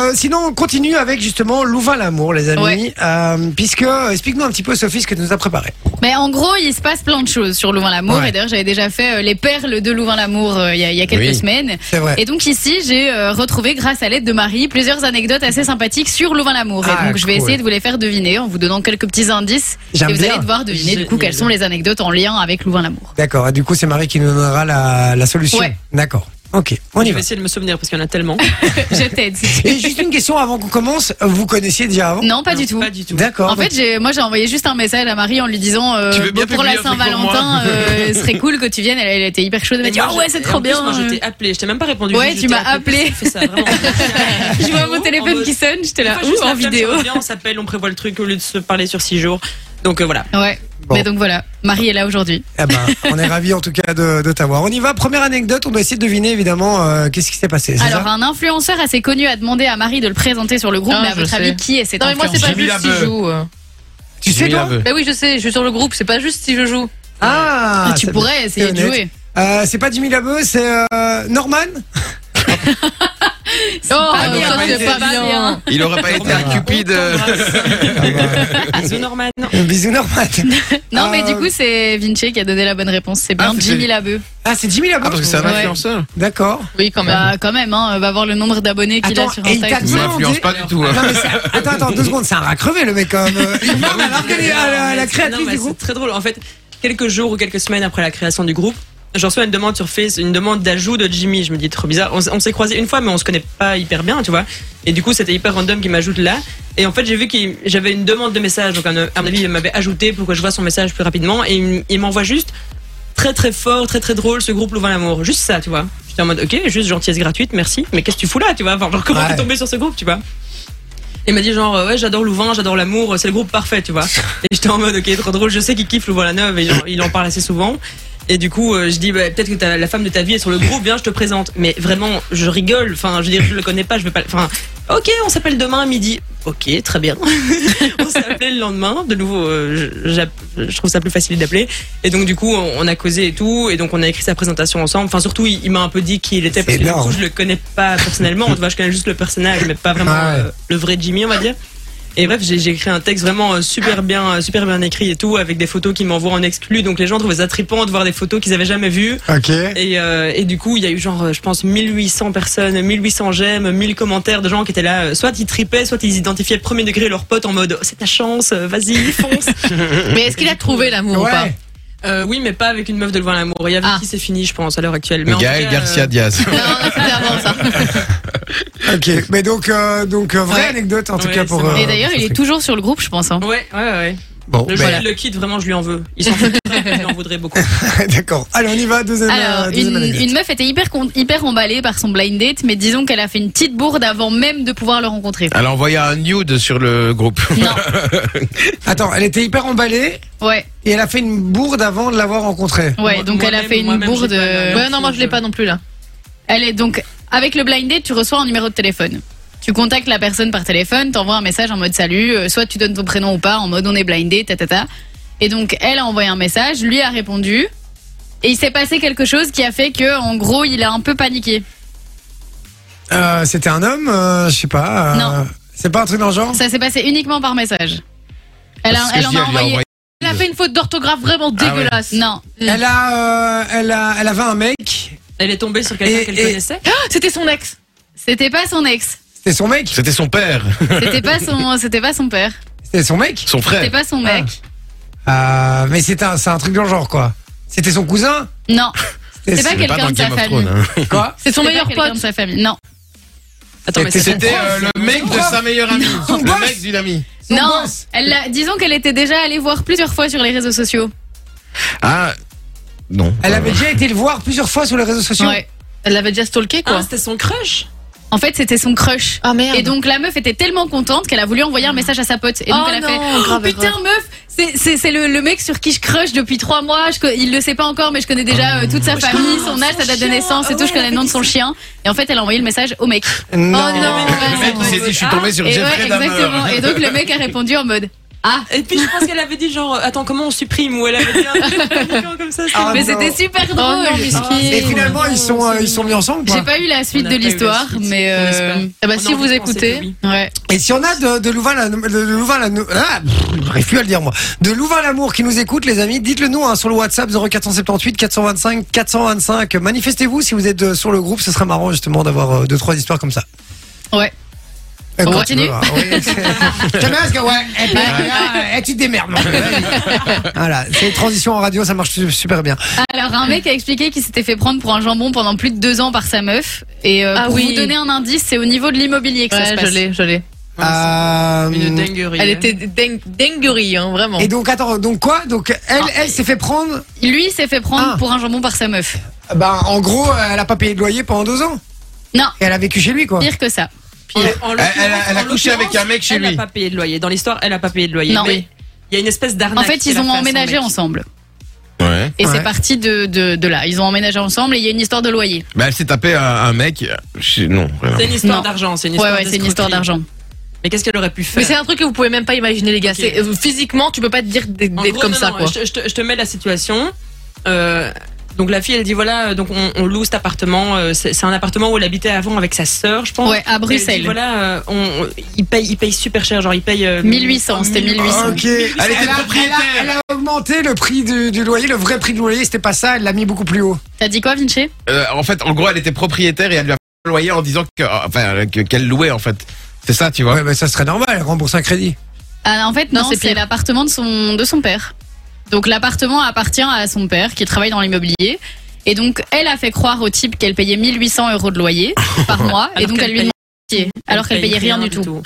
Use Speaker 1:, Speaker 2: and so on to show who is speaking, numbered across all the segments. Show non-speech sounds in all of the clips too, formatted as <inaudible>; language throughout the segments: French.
Speaker 1: Euh, sinon, on continue avec justement Louvain l'amour, les amis.
Speaker 2: Ouais.
Speaker 1: Euh, puisque, euh, explique-nous un petit peu, Sophie, ce que tu nous as préparé.
Speaker 2: Mais en gros, il se passe plein de choses sur Louvain-l'Amour.
Speaker 1: Ouais.
Speaker 2: Et d'ailleurs, j'avais déjà fait euh, les perles de Louvain-l'Amour euh, il y, a- il y a quelques
Speaker 3: Oui.
Speaker 2: semaines.
Speaker 1: C'est vrai.
Speaker 2: Et donc ici, j'ai euh, retrouvé, grâce à l'aide de Marie, plusieurs anecdotes assez sympathiques sur Louvain-l'Amour.
Speaker 1: Ah,
Speaker 2: et donc, je vais
Speaker 1: cool.
Speaker 2: essayer de vous les faire deviner en vous donnant quelques petits indices. Et
Speaker 1: J'aime
Speaker 2: vous
Speaker 1: bien.
Speaker 2: allez devoir deviner du coup
Speaker 1: Génial.
Speaker 2: quelles sont les anecdotes en lien avec
Speaker 1: <laughs>
Speaker 2: Louvain-l'Amour. <laughs>
Speaker 1: D'accord. Et du coup, c'est Marie qui nous donnera la, la solution.
Speaker 2: Ouais.
Speaker 1: D'accord. Ok, on y
Speaker 4: Je vais
Speaker 1: va.
Speaker 4: essayer de me souvenir parce qu'il y en a tellement.
Speaker 2: je t'aide.
Speaker 1: Et juste une question avant qu'on commence. Vous connaissiez déjà avant
Speaker 2: Non, <laughs> pas du tout.
Speaker 4: Pas du tout.
Speaker 1: D'accord.
Speaker 2: En fait, j'ai- moi j'ai envoyé juste un message à Marie en lui disant euh,
Speaker 5: Tu veux bien
Speaker 2: bon, pour
Speaker 5: publier
Speaker 2: la
Speaker 5: un truc pour
Speaker 2: Saint-Valentin,
Speaker 5: <laughs>
Speaker 2: euh, ce serait cool que tu viennes. Elle, elle était hyper chaude. Elle m'a dit ah ouais, c'est trop bien.
Speaker 4: Moi, je t'ai appelé, je t'ai même pas répondu.
Speaker 2: Ouais,
Speaker 4: juste, je
Speaker 2: tu
Speaker 4: t'ai
Speaker 2: m'as appelé.
Speaker 4: parce que ça fait
Speaker 2: <laughs>
Speaker 4: ça, vraiment.
Speaker 2: Je vois
Speaker 4: En
Speaker 2: mon
Speaker 4: mode-
Speaker 2: téléphone qui sonne. J'étais
Speaker 4: Des
Speaker 2: là
Speaker 4: fois, juste
Speaker 2: ouh en
Speaker 4: la flemme,
Speaker 2: vidéo.
Speaker 4: ça revient, On s'appelle, on prévoit le truc au lieu de se parler sur six jours. Donc euh,
Speaker 1: <laughs>
Speaker 4: voilà.
Speaker 2: Ouais.
Speaker 1: Bon.
Speaker 2: Mais donc voilà, Marie est là aujourd'hui.
Speaker 1: Eh ben, on est ravis en tout cas de, de t'avoir. On y va. Première anecdote. On doit essayer de deviner évidemment euh, qu'est-ce qui s'est passé. c'est
Speaker 2: Alors
Speaker 1: ça
Speaker 2: un influenceur assez connu a demandé à Marie de le présenter sur le groupe.
Speaker 6: Ah,
Speaker 2: mais à
Speaker 6: je
Speaker 2: votre
Speaker 6: sais.
Speaker 2: avis, qui est cet
Speaker 6: Non, mais moi, c'est
Speaker 2: influenceur
Speaker 6: pas
Speaker 5: Jimmy
Speaker 6: juste si
Speaker 5: Laveu.
Speaker 6: je joue. euh.
Speaker 2: hein.
Speaker 1: tu sais
Speaker 3: Jimmy
Speaker 1: toi
Speaker 3: Laveu.
Speaker 6: Bah oui, je sais, je suis sur le groupe, c'est pas juste si je joue.
Speaker 1: Ah,
Speaker 2: Ah, tu
Speaker 1: c'est-
Speaker 2: pourrais essayer de
Speaker 1: honnête.
Speaker 2: jouer.
Speaker 1: Euh, c'est pas Jimmy Labeu, c'est euh, Norman.
Speaker 6: Oh,
Speaker 2: pas
Speaker 6: euh,
Speaker 2: bien,
Speaker 6: ça,
Speaker 5: c'est
Speaker 6: c'est pas
Speaker 2: pas
Speaker 6: bien.
Speaker 2: bien.
Speaker 5: Il aurait pas été un cupide. euh,
Speaker 1: Ah,
Speaker 4: Bisous Norman.
Speaker 1: Bisous
Speaker 2: <laughs>
Speaker 1: Norman.
Speaker 2: Non, mais
Speaker 1: Euh,
Speaker 2: du coup, c'est Vinci qui a donné la bonne réponse. C'est bien
Speaker 5: Ah, c'était-
Speaker 2: Jimmy Labeu.
Speaker 1: Ah, c'est Jimmy Labeu.
Speaker 5: Ah, parce que c'est un
Speaker 2: Ouais.
Speaker 5: influenceur.
Speaker 1: D'accord.
Speaker 6: Oui, quand même.
Speaker 2: Bah, quand même, hein, va voir le nombre d'abonnés qu'il a
Speaker 1: Attends,
Speaker 2: sur
Speaker 1: et il t'a
Speaker 2: Instagram.
Speaker 5: Il
Speaker 1: Non,
Speaker 5: m'influence
Speaker 1: on
Speaker 5: pas
Speaker 1: dit-
Speaker 5: du tout. hein.
Speaker 1: Non, mais c'est- attends, attends, deux secondes, c'est un rat crevé le mec quand même. Euh, il parle alors qu'elle est à la- à la
Speaker 4: Non,
Speaker 1: créatrice
Speaker 4: mais
Speaker 1: du
Speaker 4: C'est
Speaker 1: groupe.
Speaker 4: très drôle. En fait, quelques jours ou quelques semaines après la création du groupe, je reçois une demande sur Face, une demande d'ajout de Jimmy. Je me dis trop bizarre. On, s- on s'est croisés une fois, mais on se connaît pas hyper bien, tu vois. Et du coup, c'était hyper random qu'il m'ajoute là. Et en fait, j'ai vu qu'il j'avais une demande de message. Donc, à mon à mon avis, il m'avait ajouté pour que je vois son message plus rapidement. Et il, m- il m'envoie juste très très fort, très très drôle ce groupe Louvain l'amour. Juste ça, tu vois. J'étais en mode, ok, juste gentillesse gratuite, merci. Mais qu'est-ce que tu fous là, tu vois Enfin, genre, comment
Speaker 1: Ouais.
Speaker 4: t'es tombé sur ce groupe, tu vois il m'a dit genre euh, ouais j'adore Louvain, j'adore l'amour, c'est le groupe parfait tu vois. Et j'étais en mode ok trop drôle, je sais qu'il kiffe Louvain la neuve et genre, il en parle assez souvent. Et du coup euh, je dis bah, peut-être que t'as- la femme de ta vie est sur le groupe, viens je te présente. Mais vraiment je rigole, enfin je veux dire je le connais pas, je vais pas. Enfin ok on s'appelle demain à midi. Ok très bien. <laughs> on s'est appelé le lendemain, de nouveau euh, je, j'app- je trouve ça plus facile d'appeler. Et donc du coup on, on a causé et tout et donc on a écrit sa présentation ensemble. Enfin surtout il, il m'a un peu dit qui il était parce
Speaker 1: C'est
Speaker 4: que du
Speaker 1: énorme.
Speaker 4: coup je le connais pas personnellement, tu vois je connais juste le personnage mais pas vraiment
Speaker 1: Ah ouais.
Speaker 4: euh, le vrai Jimmy on va dire. Et bref, j'ai j'ai écrit un texte vraiment euh, super bien, euh, super bien écrit et tout, avec des photos qu'ils m'envoient en exclu. Donc les gens trouvaient ça trippant de voir des photos qu'ils avaient jamais vues.
Speaker 1: Ok.
Speaker 4: Et, euh, et du coup, il y a eu genre, euh, je pense, 1800 personnes, 1800 j'aime, 1000 commentaires de gens qui étaient là. euh, Soit ils trippaient, soit ils identifiaient premier degré leur pote en mode oh, c'est ta chance, euh, vas-y, <laughs> fonce.
Speaker 6: Mais est-ce qu'il a trouvé l'amour ou pas
Speaker 1: Ouais.
Speaker 4: Euh, oui, mais pas avec une meuf de loin l'amour. Il y avait
Speaker 6: Ah.
Speaker 4: qui c'est fini, je pense, à l'heure actuelle. Mais en tout
Speaker 3: Gaël
Speaker 4: cas,
Speaker 3: Garcia
Speaker 4: euh,
Speaker 3: Diaz.
Speaker 6: Non, non, c'était avant ça.
Speaker 1: Ok. Mais donc, euh, donc euh, vraie
Speaker 2: Ouais.
Speaker 1: anecdote en tout
Speaker 4: Ouais,
Speaker 1: cas
Speaker 4: c'est
Speaker 1: pour.
Speaker 4: vrai.
Speaker 1: euh,
Speaker 2: Et d'ailleurs,
Speaker 1: pour
Speaker 2: il
Speaker 1: ce
Speaker 2: est
Speaker 1: truc.
Speaker 2: toujours sur le groupe, je pense. hein.
Speaker 4: euh, Ouais, ouais, ouais.
Speaker 3: Bon,
Speaker 4: Le,
Speaker 3: ben,
Speaker 4: jour où il le quitte, vraiment, je lui en veux. Il s'en fout, il en voudrait beaucoup.
Speaker 1: <laughs> D'accord. Allez, on y va. Deuxième. euh,
Speaker 2: Alors,
Speaker 1: deuxième
Speaker 2: une,
Speaker 1: anecdote.
Speaker 2: une meuf était hyper, con- hyper emballée par son blind date, mais disons qu'elle a fait une petite bourde avant même de pouvoir le rencontrer.
Speaker 1: Ah.
Speaker 3: elle a envoyé un nude sur le groupe.
Speaker 2: Non,
Speaker 1: Attends, elle était hyper emballée
Speaker 2: ouais,
Speaker 1: et elle a fait une bourde avant de l'avoir rencontrée.
Speaker 2: ouais.
Speaker 4: Moi-
Speaker 2: donc elle a
Speaker 4: moi-même-
Speaker 2: fait une
Speaker 4: moi-même, j'ai
Speaker 2: bourde.
Speaker 4: pas le-
Speaker 2: euh,
Speaker 6: Ouais, non, moi je l'ai pas non plus là.
Speaker 2: Elle est donc avec le blind date, tu reçois un numéro de téléphone. Tu contactes la personne par téléphone, t'envoies un message en mode salut, euh, soit tu donnes ton prénom ou pas, en mode on est blindé, ta ta ta. Et donc elle a envoyé un message, lui a répondu, et il s'est passé quelque chose qui a fait que en gros il a un peu paniqué.
Speaker 1: Euh, C'était un homme, euh, je sais pas. euh,
Speaker 2: Non.
Speaker 1: C'est pas un truc dans le genre.
Speaker 2: Ça s'est passé uniquement par message. Elle, a-
Speaker 3: C'est ce que
Speaker 2: elle
Speaker 3: je
Speaker 2: en
Speaker 3: dis,
Speaker 2: a
Speaker 3: elle lui a
Speaker 2: envoyé.
Speaker 3: envoyé-
Speaker 6: Elle a fait une faute d'orthographe vraiment
Speaker 3: Ah ouais.
Speaker 6: dégueulasse.
Speaker 2: Non,
Speaker 1: Elle a, euh, elle a, elle avait un mec.
Speaker 4: Elle est tombée sur
Speaker 1: Et-
Speaker 4: quelqu'un qu'elle
Speaker 1: et-
Speaker 4: connaissait.
Speaker 6: C'était son ex.
Speaker 2: c'était pas son ex,
Speaker 1: C'était son mec.
Speaker 3: C'était son père, <laughs>
Speaker 2: c'était pas son, <laughs> c'était pas son père,
Speaker 1: C'était son mec.
Speaker 3: son
Speaker 2: c'était
Speaker 3: frère.
Speaker 2: pas son mec.
Speaker 1: Euh, mais c'est un, c'est un truc dans le genre quoi. C'était son cousin.
Speaker 2: Non,
Speaker 1: C'était
Speaker 2: C'est pas
Speaker 3: Mais pas
Speaker 2: quelqu'un
Speaker 3: dans
Speaker 2: de sa
Speaker 3: Game of
Speaker 2: famille.
Speaker 3: Thrones. hein.
Speaker 1: quoi
Speaker 6: C'est son
Speaker 2: C'était
Speaker 6: meilleur
Speaker 2: pas quelqu'un
Speaker 6: pote.
Speaker 2: de sa famille. Non,
Speaker 4: Attends, mais
Speaker 1: C'était-
Speaker 4: c'est-
Speaker 3: C'était euh, le mec de sa meilleure amie.
Speaker 1: Son boss.
Speaker 3: Le mec d'une amie.
Speaker 1: Son
Speaker 2: non.
Speaker 1: boss.
Speaker 2: Elle l'a- disons qu'elle était déjà allée voir plusieurs fois sur les réseaux sociaux.
Speaker 3: Ah, non.
Speaker 1: Elle
Speaker 3: Euh,
Speaker 1: avait déjà été le voir plusieurs fois sur les réseaux sociaux.
Speaker 2: Ouais.
Speaker 6: Elle l'avait déjà stalké
Speaker 4: Ah,
Speaker 6: quoi.
Speaker 4: c'était son crush.
Speaker 2: En fait, c'était son crush.
Speaker 6: Ah merde.
Speaker 2: Et donc la meuf était tellement contente qu'elle a voulu envoyer un message à sa pote. Et donc
Speaker 6: Oh
Speaker 2: elle a
Speaker 6: non,
Speaker 2: fait
Speaker 6: grave
Speaker 2: putain
Speaker 6: erreur.
Speaker 2: meuf, c'est- c'est c'est le, le mec sur qui je crush depuis trois mois. Je co- il le sait pas encore, mais je connais déjà euh, toute sa famille, son âge, sa date de naissance et tout. Je connais le nom de son chien. Et en fait, elle a envoyé le message au mec.
Speaker 1: Non.
Speaker 6: non.
Speaker 3: Le mec, il s'est dit, je suis tombé sur
Speaker 2: Et ouais, Ah,
Speaker 3: Jeffrey Dahmer.
Speaker 2: exactement. Et donc le mec a répondu en mode Ah,
Speaker 4: Et puis je pense qu'elle avait dit genre, attends, comment on supprime Ou elle avait dit un truc <laughs> paniquant comme ça. c'est-
Speaker 1: Ah,
Speaker 2: mais
Speaker 1: non.
Speaker 2: c'était super drôle.
Speaker 6: non,
Speaker 1: Et
Speaker 6: Miskin.
Speaker 1: finalement, ils sont, euh, ils sont mis ensemble, quoi.
Speaker 2: J'ai pas eu la suite
Speaker 4: On
Speaker 2: de
Speaker 4: a pas eu la
Speaker 2: l'histoire,
Speaker 4: suite.
Speaker 2: mais
Speaker 4: On
Speaker 2: euh,
Speaker 4: espère.
Speaker 2: ah bah,
Speaker 4: On a
Speaker 2: si
Speaker 4: envie
Speaker 2: vous
Speaker 4: de penser que
Speaker 2: écoutez,
Speaker 4: oui.
Speaker 2: ouais.
Speaker 1: Et si on a de, de Louvain, la, de, de Louvain, la, ah, pff, j'arrive plus à le dire moi, de Louvain l'amour qui nous écoute, les amis, dites-le nous hein, sur le WhatsApp 0478 425 425. Manifestez-vous si vous êtes euh, sur le groupe, ce serait marrant justement d'avoir euh, deux trois histoires comme ça.
Speaker 2: Ouais.
Speaker 1: Euh,
Speaker 2: On
Speaker 1: quand tu
Speaker 2: continue
Speaker 1: veux, hein, oui. <laughs> J'aime bien parce que ouais, et puis, euh, et tu te démerdes. mon gars. voilà, c'est une transition en radio, ça marche su- super bien.
Speaker 2: Alors un mec a expliqué qu'il s'était fait prendre pour un jambon pendant plus de deux ans par sa meuf. Et euh,
Speaker 6: Ah
Speaker 2: pour
Speaker 6: oui.
Speaker 2: vous donner un indice, c'est au niveau de l'immobilier que ça se
Speaker 6: Ouais, je
Speaker 2: passe.
Speaker 6: l'ai, je l'ai.
Speaker 1: Euh,
Speaker 4: Une dinguerie. hein.
Speaker 6: Elle était ding- dinguerie, hein, vraiment.
Speaker 1: et donc attends, donc quoi Donc elle, elle s'est fait prendre,
Speaker 2: Lui s'est fait prendre
Speaker 1: Ah.
Speaker 2: pour un jambon par sa meuf.
Speaker 1: ben en gros, elle a pas payé de loyer pendant deux ans.
Speaker 2: Non.
Speaker 1: Et elle a vécu chez lui quoi.
Speaker 2: Pire que ça.
Speaker 4: En- en
Speaker 3: Elle,
Speaker 4: l'occurrence-
Speaker 3: elle a- elle a
Speaker 4: en
Speaker 3: couché avec un mec chez
Speaker 4: Elle
Speaker 3: lui.
Speaker 4: n'a pas payé de loyer. Dans l'histoire, elle n'a pas payé de loyer.
Speaker 2: Non.
Speaker 4: Mais il y a une espèce d'arnaque.
Speaker 2: En fait,
Speaker 4: qu'elle
Speaker 2: ils
Speaker 4: Ah, a
Speaker 2: ont
Speaker 4: à son
Speaker 2: emménagé
Speaker 4: mec.
Speaker 2: ensemble.
Speaker 3: Ouais.
Speaker 2: Et
Speaker 1: Ouais.
Speaker 2: c'est parti de, de, de là. Ils ont emménagé ensemble et il y a une histoire de loyer.
Speaker 3: Bah, elle s'est tapée à un mec. Je- Non, rien.
Speaker 4: C'est une histoire
Speaker 2: Non.
Speaker 4: d'argent. C'est une
Speaker 2: Ouais,
Speaker 4: histoire
Speaker 2: ouais, c'est une histoire
Speaker 4: d'escroquerie.
Speaker 2: d'argent.
Speaker 4: Mais qu'est-ce qu'elle aurait pu faire
Speaker 6: Mais c'est un truc que vous pouvez même pas imaginer, les gars. C'est- euh, physiquement, tu peux pas te dire d'être
Speaker 4: En
Speaker 6: d'être
Speaker 4: gros,
Speaker 6: comme
Speaker 4: non,
Speaker 6: ça,
Speaker 4: non,
Speaker 6: quoi.
Speaker 4: Je, je te, je te mets la situation. Euh, donc la fille, elle dit voilà, donc on, on loue cet appartement. euh, C'est c'est un appartement où elle habitait avant avec sa sœur, je pense.
Speaker 2: Ouais, à
Speaker 4: Oh. Et elle dit,
Speaker 2: Bruxelles.
Speaker 4: voilà, euh, on, on- il paye, il paye super cher, genre il paye euh,
Speaker 2: 1800, c'était 1800.
Speaker 1: Ok. Elle,
Speaker 3: Elle était
Speaker 1: a-
Speaker 3: propriétaire.
Speaker 1: elle a- elle a augmenté le prix du, du loyer, le vrai prix du loyer, c'était pas ça, elle l'a mis beaucoup plus haut.
Speaker 2: T'as dit quoi, Vinci
Speaker 3: Euh, en fait, en gros, elle était propriétaire et elle lui a fait un loyer en disant que, euh, enfin, que- qu'elle louait, en fait. C'est ça, tu vois.
Speaker 1: Ouais, mais ça serait normal, elle rembourse un <laughs> crédit.
Speaker 2: Ah, en fait, non,
Speaker 6: Non, c'est
Speaker 2: c'est
Speaker 6: pire.
Speaker 2: l'appartement de son, de son père. Donc, l'appartement appartient à son père qui travaille dans l'immobilier. Et donc, elle a fait croire au type qu'elle payait 1800 euros de loyer par mois. et
Speaker 4: Alors
Speaker 2: donc,
Speaker 4: qu'elle
Speaker 2: elle lui
Speaker 4: paye-
Speaker 2: demandait, alors qu'elle payait rien du tout.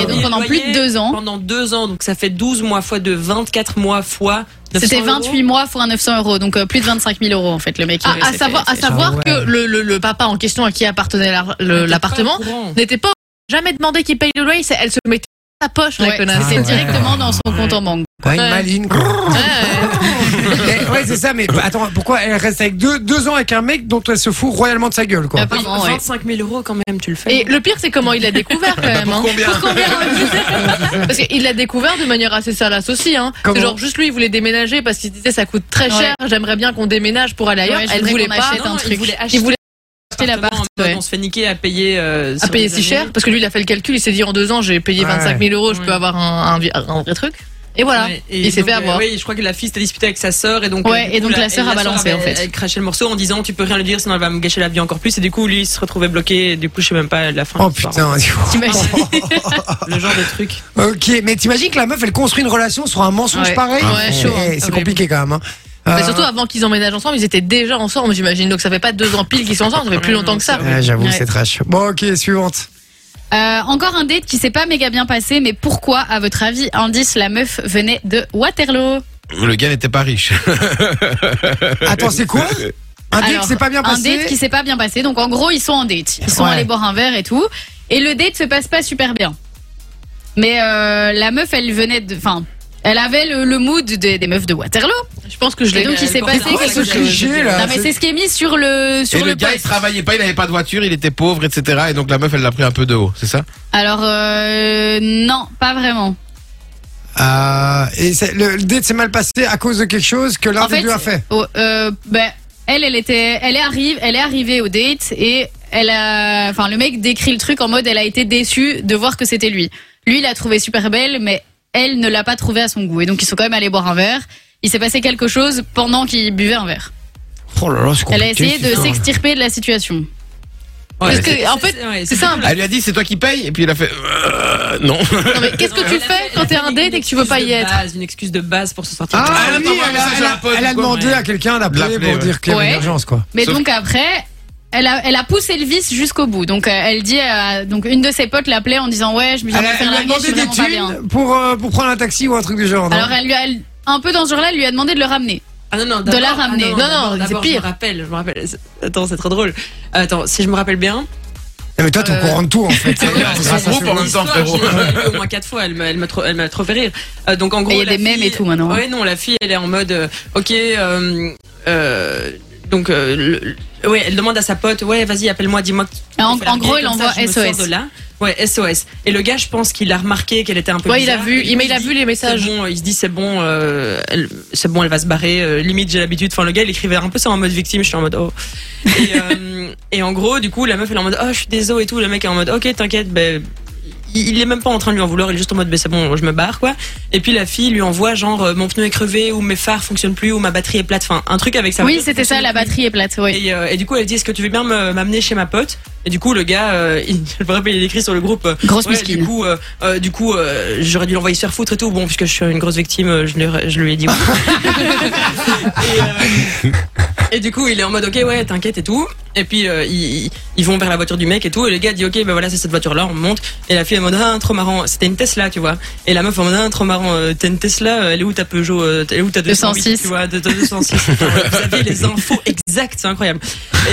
Speaker 2: Et donc,
Speaker 4: Et
Speaker 2: pendant
Speaker 4: le
Speaker 2: plus de
Speaker 4: loyer,
Speaker 2: deux ans,
Speaker 4: Pendant deux ans, donc ça fait 12 mois fois de 24 mois fois. 900
Speaker 2: c'était
Speaker 4: euros.
Speaker 2: 28 mois fois 900 euros. Donc, euh, plus de 25 000 euros, en fait, le mec.
Speaker 6: Ah,
Speaker 2: il
Speaker 6: à
Speaker 2: s'est
Speaker 6: savoir,
Speaker 2: fait-
Speaker 6: à
Speaker 2: s'est-
Speaker 6: savoir
Speaker 1: Ah ouais.
Speaker 6: que le, le- le papa en question à qui appartenait la- le-
Speaker 4: T'es
Speaker 6: Euh, l'appartement
Speaker 4: pas au courant.
Speaker 6: n'était pas jamais demandé qu'il paye le loyer. c'est- Elle se mettait à la poche, la
Speaker 2: Ouais,
Speaker 6: connasse.
Speaker 2: c'était
Speaker 1: Ah ouais.
Speaker 2: directement dans son compte en banque.
Speaker 1: Ouais,
Speaker 6: Ouais.
Speaker 1: une maline, <laughs> quoi.
Speaker 6: Ouais, ouais.
Speaker 1: Mais Eh, ouais, c'est ça, mais attends, pourquoi elle reste avec deux, deux ans avec un mec dont elle se fout royalement de sa gueule, quoi
Speaker 2: Ah, pardon, ouais.
Speaker 4: 25 000 euros quand même, tu le fais.
Speaker 6: Et le pire, c'est comment il l'a découvert quand
Speaker 3: <laughs>
Speaker 6: même. hein.
Speaker 2: <laughs>
Speaker 3: combien
Speaker 6: Pour combien, hein Parce qu'il l'a découvert de manière assez salace aussi. Hein.
Speaker 1: Comment
Speaker 6: C'est genre juste lui, il voulait déménager parce qu'il se disait ça coûte très
Speaker 2: Ouais.
Speaker 6: cher. J'aimerais bien qu'on déménage pour aller ailleurs.
Speaker 2: Ouais, je
Speaker 6: Elle
Speaker 2: voudrais
Speaker 6: voulait
Speaker 2: qu'on
Speaker 6: pas.
Speaker 2: achète un
Speaker 6: Non,
Speaker 2: truc.
Speaker 6: Il voulait
Speaker 4: Il
Speaker 6: acheter
Speaker 4: voulait
Speaker 6: acheter l'appart.
Speaker 4: Appartement, en mode,
Speaker 6: ouais.
Speaker 4: On se fait niquer à payer. euh,
Speaker 6: À
Speaker 4: sur
Speaker 6: payer
Speaker 4: les
Speaker 6: si
Speaker 4: années.
Speaker 6: cher parce que lui, il a fait le calcul. Il s'est dit en deux ans, j'ai payé
Speaker 1: Ouais.
Speaker 6: 25 000 euros. Je peux
Speaker 4: Ouais.
Speaker 6: avoir un, un- un vrai truc. Et voilà.
Speaker 4: Ouais, et
Speaker 6: il s'est
Speaker 4: donc,
Speaker 6: fait
Speaker 4: euh,
Speaker 6: avoir.
Speaker 4: Oui, je crois que la fille s'était disputée avec sa sœur et donc.
Speaker 2: Ouais, et
Speaker 4: euh, du coup,
Speaker 2: donc la sœur a balancé,
Speaker 4: avait-
Speaker 2: en fait.
Speaker 4: Elle crachait le morceau en disant tu peux rien lui dire sinon elle va me gâcher la vie encore plus et du coup lui il se retrouvait bloqué et du coup je sais même pas la fin.
Speaker 1: Oh
Speaker 4: de l'histoire.
Speaker 1: putain,
Speaker 2: T'imagines
Speaker 4: Le genre de truc.
Speaker 1: ok, mais t'imagines que la meuf elle construit une relation sur un mensonge
Speaker 6: Ouais.
Speaker 1: pareil
Speaker 6: Ouais, chaud, hein.
Speaker 1: Eh, C'est
Speaker 6: Horrible.
Speaker 1: compliqué quand même. hein.
Speaker 6: Mais
Speaker 1: Euh,
Speaker 6: surtout avant qu'ils emménagent ensemble, ils étaient déjà ensemble, j'imagine. Donc ça fait pas deux ans pile qu'ils sont ensemble. Ça fait plus
Speaker 4: Ouais,
Speaker 6: longtemps
Speaker 4: non,
Speaker 6: que ça.
Speaker 1: ouais, J'avoue,
Speaker 2: Ouais.
Speaker 1: c'est trash. Bon, ok, suivante.
Speaker 2: Euh, encore un date qui s'est pas méga bien passé, mais pourquoi, à votre avis, indice, la meuf venait de Waterloo
Speaker 3: Le gars n'était pas riche.
Speaker 1: Attends, c'est quoi Un date
Speaker 2: Alors,
Speaker 1: qui s'est pas bien
Speaker 2: Un
Speaker 1: passé
Speaker 2: date qui s'est pas bien passé. Donc en gros, ils sont en date. Ils sont
Speaker 1: Ouais.
Speaker 2: allés boire un verre et tout. Et le date se passe pas super bien. Mais euh, la meuf, elle venait de. Enfin, elle avait le, le mood des, des meufs de Waterloo.
Speaker 6: Je pense que je
Speaker 2: Et
Speaker 6: l'ai.
Speaker 2: donc il s'est
Speaker 4: porte
Speaker 2: passé
Speaker 4: un
Speaker 1: Ouais,
Speaker 2: quelque
Speaker 1: ce
Speaker 4: regard.
Speaker 2: chose.
Speaker 1: cliché là.
Speaker 2: Non, mais c'est ce qui est mis sur le sur
Speaker 3: et le,
Speaker 2: le
Speaker 3: gars, il
Speaker 2: post.
Speaker 3: travaillait pas, il avait pas de voiture, il était pauvre, etc. Et donc la meuf, elle l'a pris un peu de haut, c'est ça
Speaker 2: Alors euh, non, pas vraiment.
Speaker 1: Euh, et c'est- le le date s'est mal passé à cause de quelque chose que l'un
Speaker 2: En
Speaker 1: des
Speaker 2: fait,
Speaker 1: deux a fait.
Speaker 2: oh, euh, ben, elle, elle était, elle est arrive, elle est arrivée au date et elle a, enfin, le mec décrit le truc en mode, elle a été déçue de voir que c'était lui. Lui, il l'a trouvée super belle, mais elle ne l'a pas trouvée à son goût. Et donc, ils sont quand même allés boire un verre. Il s'est passé quelque chose pendant qu'ils buvaient un verre.
Speaker 1: Oh là là, c'est
Speaker 2: Elle a
Speaker 1: compliqué,
Speaker 2: essayé de
Speaker 1: putain.
Speaker 2: s'extirper de la situation.
Speaker 6: Parce
Speaker 3: mais
Speaker 6: que, en fait,
Speaker 4: ouais,
Speaker 6: c'est simple.
Speaker 3: Elle lui a dit, c'est toi qui paye Et puis il a fait, euh, non.
Speaker 6: Non, mais qu'est-ce que tu fais quand t'es un date et que tu veux pas y
Speaker 4: Une
Speaker 6: être
Speaker 4: excuse de base, Une excuse de base pour se sortir.
Speaker 1: Ah,
Speaker 3: Elle a
Speaker 1: oui,
Speaker 3: envoyé un
Speaker 1: elle, a,
Speaker 3: message
Speaker 1: elle
Speaker 3: à
Speaker 1: a-
Speaker 3: un pote
Speaker 1: elle a
Speaker 3: ou quoi,
Speaker 1: demandé
Speaker 3: ouais.
Speaker 1: à quelqu'un d'appeler
Speaker 3: L'appeler,
Speaker 1: pour
Speaker 3: ouais.
Speaker 1: dire qu'il y avait
Speaker 2: Ouais.
Speaker 1: une urgence, quoi.
Speaker 2: Mais
Speaker 3: Sauf-
Speaker 2: donc après, elle a, elle a poussé le vice jusqu'au bout. Donc, euh, elle dit, à- donc une de ses potes l'appelait en disant, ouais, je me suis
Speaker 1: Elle a,
Speaker 2: fait
Speaker 1: elle lui a
Speaker 2: larguer, je
Speaker 1: demandé
Speaker 2: suis
Speaker 1: des
Speaker 2: vraiment pas bien.
Speaker 1: thunes pour, euh, pour prendre un taxi ou un truc du genre. non
Speaker 2: Alors, elle lui a, elle- un peu dans ce genre-là, elle lui a demandé de le ramener.
Speaker 4: Ah non, non,
Speaker 2: De
Speaker 4: d'abord-
Speaker 2: la ramener.
Speaker 4: ah
Speaker 2: Non,
Speaker 4: d'abord,
Speaker 2: non, c'est
Speaker 4: d'abord,
Speaker 2: pire.
Speaker 4: Je me rappelle, je me rappelle. C'est- Attends, c'est trop drôle. Attends, si je me rappelle bien.
Speaker 1: Non, mais toi, t'es au
Speaker 4: Euh,
Speaker 1: courant de tout, en fait.
Speaker 4: Ah ouais,
Speaker 3: c'est
Speaker 1: Ça,
Speaker 3: son
Speaker 1: ça,
Speaker 3: groupe,
Speaker 1: c'est-
Speaker 3: en même temps,
Speaker 4: l'histoire,
Speaker 3: frérot.
Speaker 2: <laughs>
Speaker 4: je l'ai vue Au moins quatre fois, elle m'a, elle m'a trop, elle m'a trop fait rire. Euh, donc en gros,
Speaker 2: il y a
Speaker 4: la
Speaker 2: des mèmes
Speaker 4: fille-
Speaker 2: et tout, maintenant.
Speaker 4: Ouais, non, la fille, elle est en mode, euh, ok, euh, euh, Donc, euh, le- le- ouais, elle demande à sa pote, ouais, vas-y, appelle-moi, dis-moi. que tu
Speaker 2: Ah, en-
Speaker 4: fais la
Speaker 2: en gros,
Speaker 4: guerre,
Speaker 2: il
Speaker 4: comme ça,
Speaker 2: envoie
Speaker 4: je me sors
Speaker 2: SOS.
Speaker 4: de là. Ouais, SOS. Et le gars, je pense qu'il a remarqué qu'elle était un peu.
Speaker 6: Ouais, il a
Speaker 4: bizarre.
Speaker 6: vu,
Speaker 4: Et du
Speaker 6: il,
Speaker 4: coup,
Speaker 6: mais il a
Speaker 4: dit,
Speaker 6: vu les
Speaker 4: C'est
Speaker 6: messages.
Speaker 4: bon, il se dit c'est bon, euh, elle- c'est bon, elle va se barrer. euh, limite j'ai l'habitude. Enfin le gars il écrivait un peu ça en mode victime. Je suis en mode oh. Et, euh, et en gros du coup la meuf elle est en mode oh je suis désolée et tout. Le mec est en mode ok t'inquiète. Ben il, il est même pas en train de lui en vouloir. Il est juste en mode ben c'est bon je me barre quoi. Et puis la fille lui envoie genre euh, mon pneu est crevé ou mes phares fonctionnent plus ou ma batterie est plate. Enfin un truc avec sa.
Speaker 2: Oui,
Speaker 4: voiture
Speaker 2: c'était ça, la batterie est plate, oui.
Speaker 4: et, euh, et du coup, elle dit Est-ce que tu veux bien me- m'amener chez ma pote Et du coup, le gars, euh, <laughs> il, je me rappelle, il écrit sur le groupe euh,
Speaker 2: Grosse
Speaker 4: ouais,
Speaker 2: miskine.
Speaker 4: Du coup, euh, euh, du coup euh, j'aurais dû l'envoyer se faire foutre et tout. Bon, puisque je suis une grosse victime, euh, je, lui- je lui ai dit oui. et, euh, et du coup, il est en mode Ok, ouais, t'inquiète et tout. Et puis, euh, ils, ils- ils vont vers la voiture du mec et tout. Et le gars dit Ok, ben voilà, c'est cette voiture-là, on monte. Et la fille, elle est en mode Ah, trop marrant. C'était une Tesla, tu vois. Et la meuf, en mode Ah, trop marrant. euh, T'as une Tesla, elle est où ta Peugeot euh, Elle est où ta 208,
Speaker 2: 206.
Speaker 4: Tu vois, de- de 206. Vous aviez les infos exactes, c'est incroyable.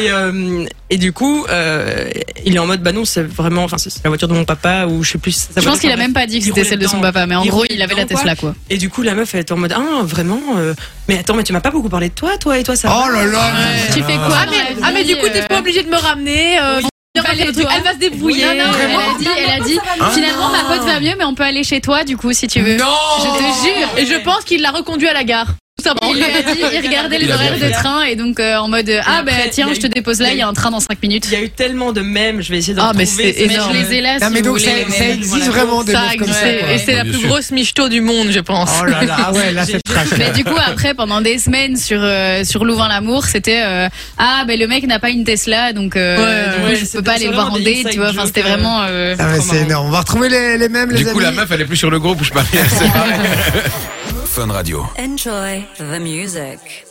Speaker 4: Et, euh, et du coup, euh, il est en mode bah non, c'est vraiment, enfin, c'est la voiture de mon papa ou je sais plus. sa
Speaker 2: Je
Speaker 4: voiture,
Speaker 2: pense qu'il a
Speaker 4: enfin,
Speaker 2: même pas dit que
Speaker 4: il
Speaker 2: c'était
Speaker 4: roulait
Speaker 2: celle de son
Speaker 4: dedans.
Speaker 2: papa, mais en
Speaker 4: Il
Speaker 2: gros,
Speaker 4: roulait
Speaker 2: il avait la
Speaker 4: dedans,
Speaker 2: Tesla, quoi.
Speaker 4: Et du coup, la meuf elle est en mode ah vraiment, euh, mais attends, mais tu m'as pas beaucoup parlé de toi, toi et toi ça. va
Speaker 1: Oh là là
Speaker 2: Tu fais quoi
Speaker 6: Ah, mais, ah, mais du coup, t'es pas obligé de me ramener. euh, viens
Speaker 2: pas
Speaker 6: faire
Speaker 2: les
Speaker 6: le truc.
Speaker 2: doigts.
Speaker 6: Elle va se débrouiller.
Speaker 2: Non, non, elle a dit, elle a dit finalement, ma pote va mieux, mais on peut aller chez toi, du coup, si tu veux.
Speaker 1: Non
Speaker 2: Je te jure.
Speaker 6: Et je pense qu'il l'a reconduit à la gare. Tout simplement.
Speaker 2: Il lui a dit, il regardait les
Speaker 3: Il a
Speaker 2: horaires
Speaker 3: bien
Speaker 2: de train et donc euh, en mode ah
Speaker 4: après,
Speaker 2: bah tiens,
Speaker 4: il y a
Speaker 2: je te
Speaker 4: eu-
Speaker 2: dépose là, il y a un train dans 5 minutes.
Speaker 4: Il y a eu tellement de mèmes, je vais essayer de
Speaker 6: Ah, mais
Speaker 4: retrouver
Speaker 6: c'est
Speaker 4: ces
Speaker 2: Mais
Speaker 6: énorme.
Speaker 2: je
Speaker 4: mèmes.
Speaker 2: les ai là.
Speaker 1: Non
Speaker 2: si
Speaker 1: mais
Speaker 2: vous
Speaker 1: donc
Speaker 2: voulez,
Speaker 1: ça,
Speaker 2: mais-
Speaker 1: ça existe
Speaker 4: voilà.
Speaker 1: vraiment des
Speaker 6: Ça
Speaker 1: meufs comme ça.
Speaker 6: existe.
Speaker 1: quoi.
Speaker 6: Et c'est la
Speaker 5: Ah, Bien
Speaker 6: plus
Speaker 5: sûr.
Speaker 6: grosse michto du monde, je pense.
Speaker 1: Oh là là, ah
Speaker 3: <laughs>
Speaker 1: ouais, là c'est trash.
Speaker 2: <laughs> Mais du coup, après, pendant des semaines sur, euh, sur Louvain-l'Amour, c'était euh, Ah, ben le mec n'a pas une Tesla, donc, euh,
Speaker 6: Ouais,
Speaker 2: donc
Speaker 4: ouais,
Speaker 2: je
Speaker 4: c'est
Speaker 2: peux pas aller
Speaker 4: des-
Speaker 2: le voir en
Speaker 4: des
Speaker 2: date,
Speaker 4: inside
Speaker 2: tu vois. Enfin,
Speaker 4: jokes,
Speaker 2: c'était
Speaker 4: euh.
Speaker 2: vraiment. euh,
Speaker 1: Ah ouais,
Speaker 4: Trop
Speaker 1: c'est
Speaker 4: marrant.
Speaker 1: énorme. On va retrouver les, les mêmes, les
Speaker 3: Du
Speaker 1: amis.
Speaker 3: coup, la meuf, elle est
Speaker 1: <laughs>
Speaker 3: plus sur le groupe, je parlais.
Speaker 5: Fun Radio.
Speaker 7: Enjoy the music.